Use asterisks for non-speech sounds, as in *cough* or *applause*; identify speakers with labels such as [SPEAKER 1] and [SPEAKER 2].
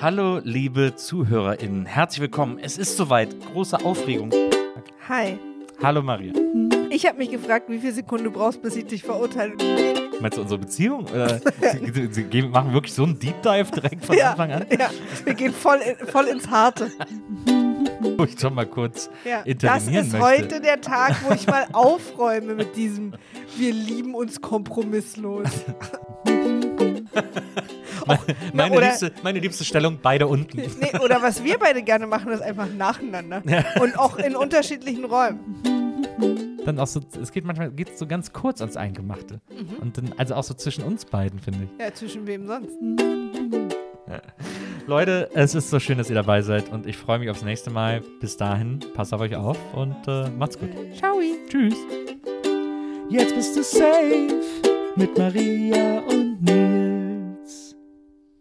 [SPEAKER 1] Hallo, liebe ZuhörerInnen. Herzlich willkommen. Es ist soweit. Große Aufregung.
[SPEAKER 2] Hi.
[SPEAKER 1] Hallo, Maria.
[SPEAKER 2] Ich habe mich gefragt, wie viel Sekunden du brauchst, bis ich dich verurteile.
[SPEAKER 1] Meinst du unsere Beziehung? *laughs* Oder sie, sie, sie gehen- machen wirklich so einen Deep Dive direkt von
[SPEAKER 2] ja,
[SPEAKER 1] Anfang an?
[SPEAKER 2] ja, wir gehen voll, in, voll ins Harte.
[SPEAKER 1] Wo Oh, ich schon mal kurz
[SPEAKER 2] Ja. Das
[SPEAKER 1] intervenieren
[SPEAKER 2] ist
[SPEAKER 1] möchte.
[SPEAKER 2] heute der Tag, wo ich mal aufräume mit diesem Wir lieben uns kompromisslos.
[SPEAKER 1] Oh, meine,
[SPEAKER 2] oder-
[SPEAKER 1] liebste, meine liebste Stellung, beide unten.
[SPEAKER 2] Nee, oder was wir beide gerne machen, ist einfach nacheinander. Und auch in unterschiedlichen Räumen.
[SPEAKER 1] Dann auch so, es geht manchmal geht so ganz kurz ans Eingemachte. Und dann, also auch so zwischen uns beiden, finde ich.
[SPEAKER 2] Ja, zwischen wem sonst?
[SPEAKER 1] Leute, es ist so schön, dass ihr dabei seid und ich freue mich aufs nächste Mal. Bis dahin, passt auf euch auf und äh, macht's gut.
[SPEAKER 2] Ciao.
[SPEAKER 1] Tschüss. Jetzt bist du safe mit Maria und mir.